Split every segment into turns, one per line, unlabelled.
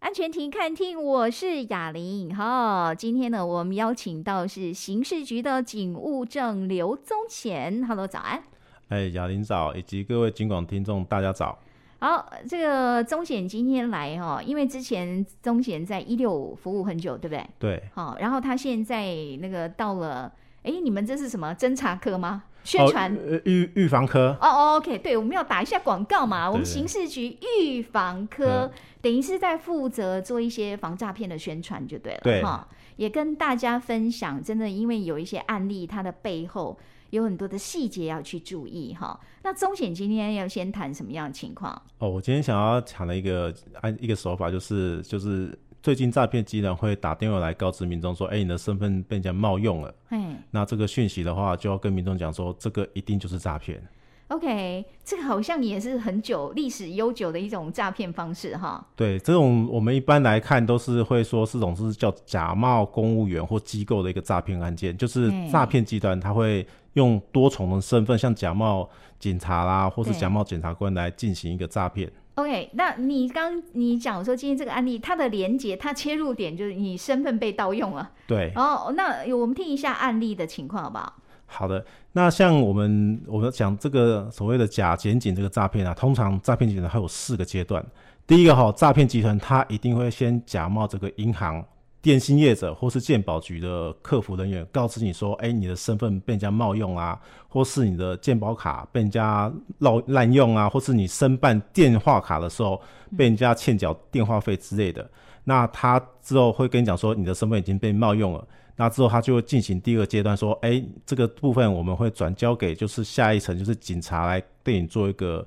安全庭看厅，我是雅玲哈、今天呢，我们邀请到是刑事局的警务证刘宗乾，Hello，早安。
哎，雅玲早，以及各位警广听众，大家早。
好，这个宗显今天来哈、因为之前宗显在一六五服务很久，对不对？
对，
好，然后他现在那个到了，哎，你们这是什么侦查科吗？宣传
哦呃预预防科，
哦、o k 对，我们要打一下广告嘛。我们
对嗯
刑事局预防科等于是在负责做一些防诈骗的宣传，就对了。
对
哈，也跟大家分享，真的因为有一些案例，它的背后有很多的细节要去注意哈。那中险今天要先谈什么样的情况？
哦，我今天想要讲的一个按一个手法，就是就是最近诈骗集团会打电话来告知民众说，哎，你的身份被人家冒用了。
哎
那这个讯息的话，就要跟民众讲说，这个一定就是诈骗。
，OK，这个好像也是很久历史悠久的一种诈骗方式哈。
对，这种我们一般来看都是会说这种是叫假冒公务员或机构的一个诈骗案件，就是
嗯
诈骗集团他会用多重的身份，像假冒警察啦，或是
对
假冒检察官来进行一个诈骗。
OK，那你刚你讲说今天这个案例，它的连接，它切入点就是你身份被盗用了。
对，
哦，那我们听一下案例的情况好不好？
好的，那像我们我们讲这个所谓的假检警这个诈骗啊，通常诈骗集团它有四个阶段。第一个哈、诈骗集团它一定会先假冒这个银行、电信业者或是鉴保局的客服人员，告知你说，哎，你的身份被人家冒用啊，或是你的鉴保卡被人家滥滥用啊，或是你申办电话卡的时候被人家欠缴电话费之类的。那他之后会跟你讲说，你的身份已经被冒用了。那之后他就会进行第二个阶段，说，哎、这个部分我们会转交给就是下一层，就是警察来对你做一个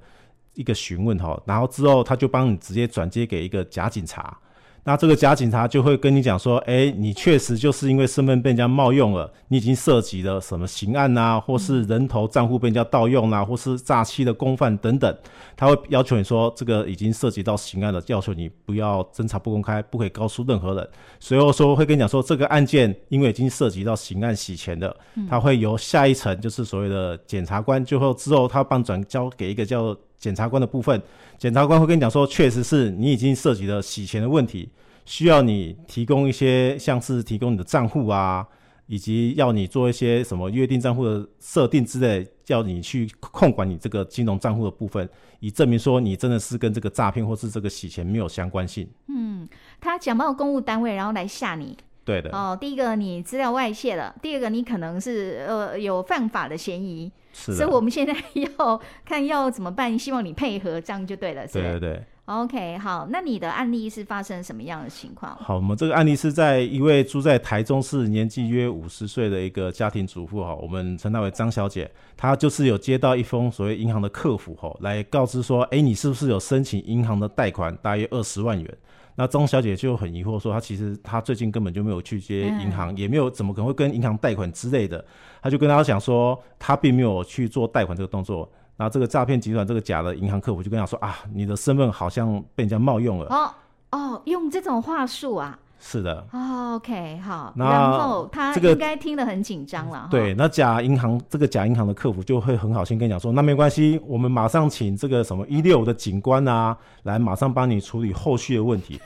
一个询问哈，然后之后他就帮你直接转接给一个假警察。那这个假警察就会跟你讲说，哎、你确实就是因为身份被人家冒用了，你已经涉及了什么刑案啊，或是人头账户被人家盗用啊，或是诈欺的共犯等等，他会要求你说这个已经涉及到刑案了，要求你不要侦查不公开，不可以告诉任何人。随后说会跟你讲说，这个案件因为已经涉及到刑案洗钱的，他会由下一层，就是所谓的检察官，最后之后他帮转交给一个叫检察官的部分，检察官会跟你讲说，确实是你已经涉及了洗钱的问题，需要你提供一些像是提供你的账户啊，以及要你做一些什么约定账户的设定之类，要你去控管你这个金融账户的部分，以证明说你真的是跟这个诈骗或是这个洗钱没有相关性。
他假冒公务单位，然后来吓你。
对的，
哦，第一个你资料外泄了，第二个你可能是呃有犯法的嫌疑，
是
所以
的，
我们现在 要看要怎么办，希望你配合，这样就对了，是
对
不
对
是
对。
OK，好，那你的案例是发生什么样的情况？
好，我们这个案例是在一位住在台中市、年纪约五十岁的一个家庭主妇哈，我们称她为张小姐。她就是有接到一封所谓银行的客服哈，来告知说，哎，你是不是有申请银行的贷款，大约二十万元？那张小姐就很疑惑说，她其实她最近根本就没有去接银行，也没有怎么可能会跟银行贷款之类的。她就跟她讲说，她并没有去做贷款这个动作。那这个诈骗集团这个假的银行客服就跟她说啊，你的身份好像被人家冒用了。
哦哦，用这种话术啊、
是的，
哦、，OK，好，
那
然后他
这个嗯
应该听得很紧张了，哈
对，，那假银行这个假银行的客服就会很好心跟你讲说，那没关系，我们马上请这个什么一六的警官啊，来马上帮你处理后续的问题。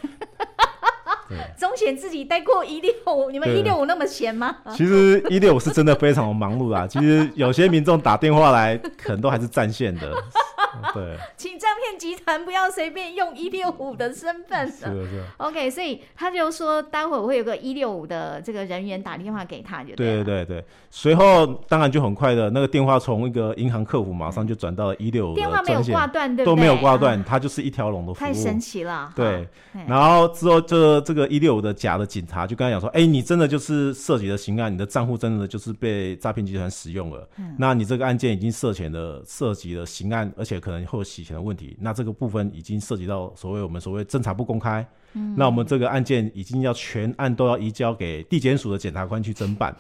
钟贤自己待过一六五，你们一
对
六五那么闲吗？
其实一六是真的非常忙碌啦，啊其实有些民众打电话来，可能都还是占线的。 对，
请诈骗集团不要随便用一六五的身份。
嗯是的，是的。
OK，所以他就说，待会儿会有个一六五的这个人员打电话给他就
对
了。
对对，随后当然就很快的那个电话从一个银行客服马上就转到了一六
电话
的
没有
专线，
挂断，对不对？
都没有挂
啊，
断，它就是一条龙的服务。
太神奇了。
对
哈，哎
然后之后这这个一六五的假的警察就跟他讲说，哎，你真的就是涉及了刑案，你的账户真的就是被诈骗集团使用了，那你这个案件已经涉嫌了涉及了刑案，而且可能会有洗钱的问题，那这个部分已经涉及到所谓我们所谓侦查不公开，那我们这个案件已经要全案都要移交给地检署的检察官去侦办，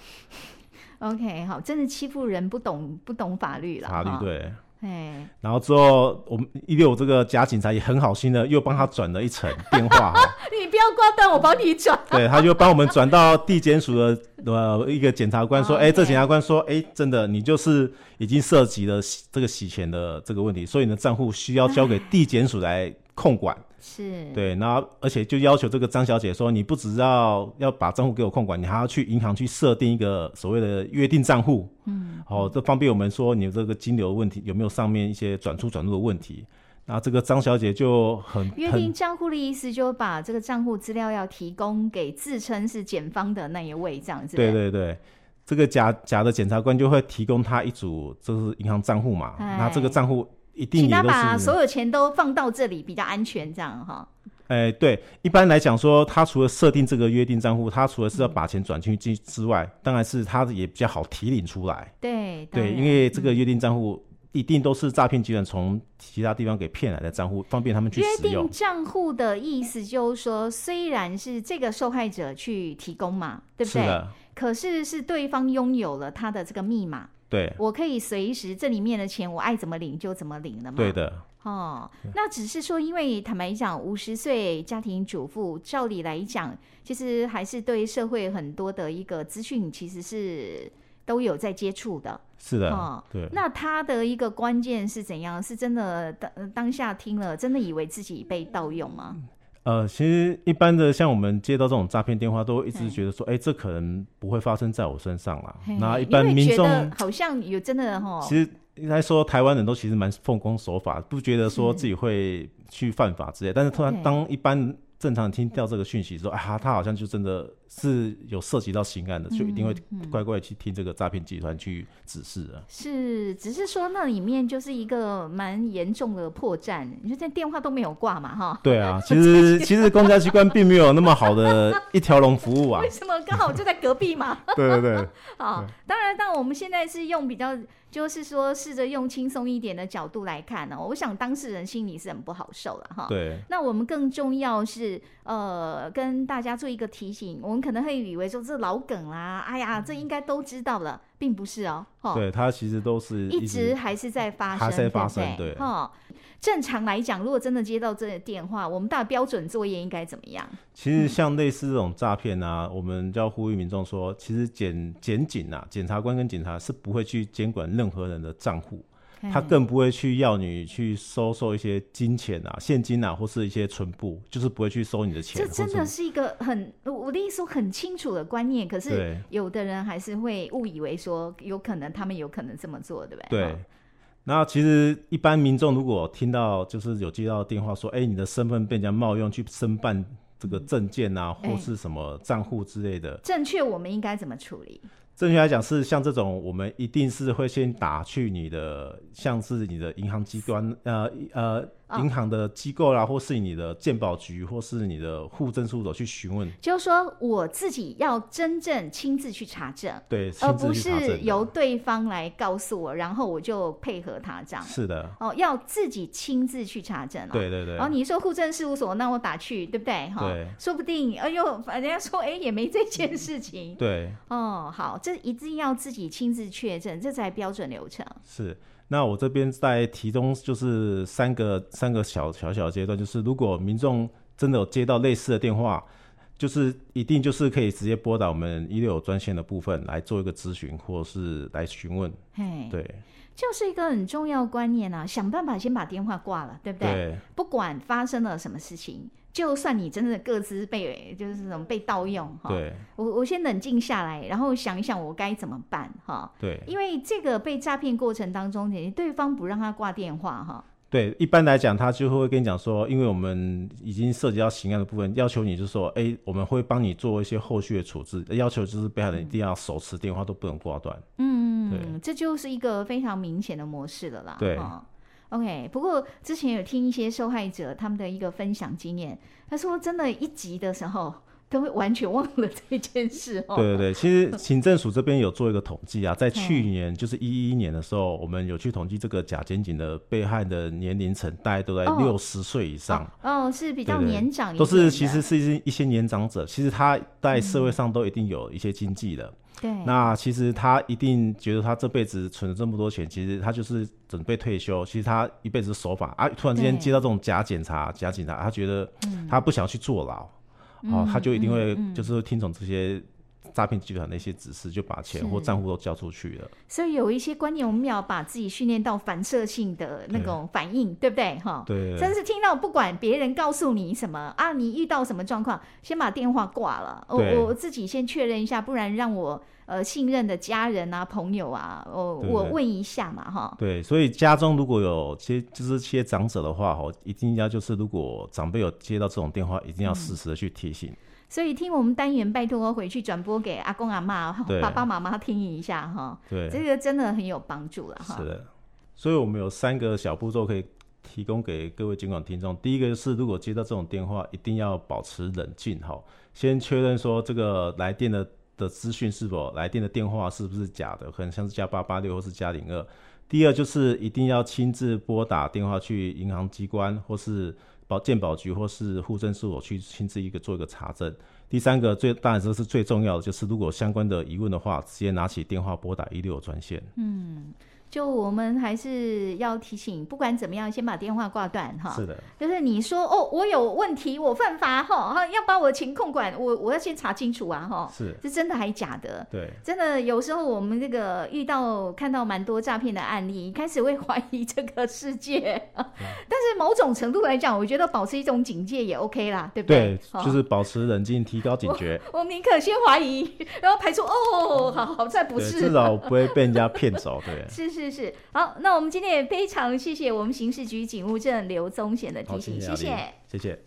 OK，好，真的欺负人不懂不懂法律了。
法律
哈。
啊对。
哎，
然后之后，我们一六这个假警察也很好心的，又帮他转了一层电话哈。
你不要挂断，我帮你转。
对，他就帮我们转到地检署的呃一个检察官说，
哦
哎、这
OK
检察官说，哎、真的你就是已经涉及了洗这个洗钱的这个问题，所以你的账户需要交给地检署来控管。
是，
对，然后而且就要求这个张小姐说，你不只要要把账户给我控管，你还要去银行去设定一个所谓的约定账户，嗯，哦，这方便我们说你这个金流问题有没有上面一些转出转入的问题。那这个张小姐就很
约
很
定账户的意思，就把这个账户资料要提供给自称是检方的那一位，这样子。
对对对，这个假假的检察官就会提供他一组，就是银行账户嘛，
哎
那这个账户一定
请
也
他
都
把
是
所，有钱都放到这里比较安全，这样哈。
哎、对，一般来讲说，他除了设定这个约定账户，他除了是要把钱转进去之外，当然是他也比较好提领出来，
对当
对，
然
因为这个约定账户。一定都是诈骗集团从其他地方给骗来的账户，方便他们去
约
使用
定。账户的意思就是说，虽然是这个受害者去提供嘛，对不
是
对？
的，
可是是对方拥有了他的这个密码，
对
我可以随时这里面的钱我爱怎么领就怎么领了嘛。
对的，
哦，那只是说，因为坦白讲，五十岁家庭主妇，照理来讲，其实还是对社会很多的一个资讯，其实是都有在接触的。
是的，
哦
对。
那他的一个关键是怎样？是真的当呃当下听了，真的以为自己被盗用吗？
呃，其实一般的像我们接到这种诈骗电话，都会
嘿
一直觉得说，哎、这可能不会发生在我身上啦
嘿。
那一
因为
般民
觉得哦
众
好像有真的哈，
其实应该说，台湾人都其实蛮奉公守法，不觉得说自己会去犯法之类。但是突
对
然当一般正常人听到这个讯息说，啊，他好像就真的是有涉及到刑案的，就一定会
嗯
乖乖去听这个诈骗集团去指示啊。
是只是说那里面就是一个蛮严重的破绽。你说这电话都没有挂嘛哈？
对啊，其实其实公家机关并没有那么好的一条龙服务 啊
为。什么刚好就在隔壁嘛？
对对对。
啊、当然，但我们现在是用比较，就是说试着用轻松一点的角度来看呢、哦我想当事人心里是很不好受了哈。
对，
那我们更重要是，呃，跟大家做一个提醒，我们可能会以为说这老梗啦、哎呀，这应该都知道了，并不是哦，哈，
对他其实都是
一直还是在发生，
还在发
对
生
不对
对
哈。正常来讲，如果真的接到这个电话，我们大标准作业应该怎么样？
其实
嗯
像类似这种诈骗啊，我们就要呼吁民众说，其实检检警啊，检察官跟警察是不会去监管任何人的账户，他
嗯
更不会去要你去收受一些金钱啊、现金啊，或是一些存簿，就是不会去收你的钱。
这真
或
的
是
是一个很，我我的意思说很清楚的观念，可是
对
有的人还是会误以为说，有可能他们有可能这么做，对不对？
对。那其实一般民众如果听到就是有接到电话说，哎、你的身份被人家冒用去申办这个证件啊，
哎
或是什么账户之类的，
正确我们应该怎么处理？
正确来讲是像这种，我们一定是会先打去你的，像是你的银行机关，呃呃，
哦
银行的机构啦，或是你的鉴保局，或是你的户政事务所去询问，
就是说我自己要真正亲自去查证，
对，
而
亲
不
自去查证
是
的。
由对方来告诉我，然后我就配合他这样。
是的，
哦，要自己亲自去查证哦。
对对对
然后你说户政事务所，那我打去，对不对？哈、
对
说不定，哎呦，反正人家说，哎，也没这件事情。
对
哦，好，这一定要自己亲自确诊，这才标准流程。
是。那我这边在提中就是三个三个小小小的阶段，就是如果民众真的有接到类似的电话，就是一定就是可以直接拨打我们一六专线的部分来做一个咨询，或是来询问，
嘿，
对
就是一个很重要观念啊，想办法先把电话挂了，对不对？
对。
不管发生了什么事情，就算你真的各自被就是什么被盗用哈，
对
我我先冷静下来，然后想一想我该怎么办哈。
对
因为这个被诈骗过程当中，你对方不让他挂电话哈，
对，一般来讲，他就会跟你讲说，因为我们已经涉及到刑案的部分，要求你就说，哎、我们会帮你做一些后续的处置，要求就是被害人一定要手持电话都不能挂断。
嗯，这就是一个非常明显的模式了啦。
对
哈 OK，不过之前有听一些受害者他们的一个分享经验，他说真的，一集的时候都会完全忘了这件事哦。嗯
对对对，其实行政署这边有做一个统计啊，在去年就是一一年的时候，我们有去统计这个假检警的被害的年龄层，大概都在
哦
六十岁以上。
哦，是比较
对对
年嗯长一点
都
的，
是其实是一些一些年长者，其实他在社会上都一定有一些经济的，
对，
那其实他一定觉得他这辈子存了这么多钱，其实他就是准备退休。其实他一辈子守法啊，突然之间
对
接到这种假检
嗯
查、假警
嗯
察，他觉得他不想去坐牢，哦，他就一定会就是听从这些诈骗集团的一些指示，就把钱或
是
账户都交出去了。
所以有一些观念，我们要把自己训练到反射性的那种反应，对不对？哈，
对，
真是听到不管别人告诉你什么啊，你遇到什么状况，先把电话挂了，我
对
我我自己先确认一下，不然让我呃信任的家人啊、朋友啊，我
对
我
对
问一下嘛，哈，
对，所以家中如果有接就是接长者的话，哈，一定要就是如果长辈有接到这种电话，一定要适时的去提醒。
所以听我们单元，拜托回去转播给阿公阿妈、
对
爸爸妈妈听一下哈，
对，
这个真的很有帮助了哈
是。的。所以我们有三个小步骤可以提供给各位监管听众。第一个就是，如果接到这种电话，一定要保持冷静哈，先确认说这个来电的的资讯是否来电的电话是不是假的，可能像是加八八六或是加零二。第二就是一定要亲自拨打电话去银行机关或是保健保局或是户政事务所去亲自一个做一个查证。第三个最当然这是最重要的，就是如果相关的疑问的话，直接拿起电话拨打一六专线。
就我们还是要提醒，不管怎么样，先把电话挂断哈。
是的。
就是你说哦，我有问题，我犯法哈，哈要把我情控管，我我要先查清楚啊哈，
是，
是真的还假的？
对，
真的有时候我们这个遇到看到蛮多诈骗的案例，开始会怀疑这个世界，
嗯
但是某种程度来讲，我觉得保持一种警戒也 OK 啦，对不
对，
好
就是保持冷静，提高警觉，
我宁可先怀疑，然后排除哦，好好再不
嗯对，
是，
至少不会被人家骗走，对。
是是是，好，那我们今天也非常谢谢我们刑事局警务证刘宗贤的
好，
提
谢
醒，
谢阿
谢
丽，谢谢。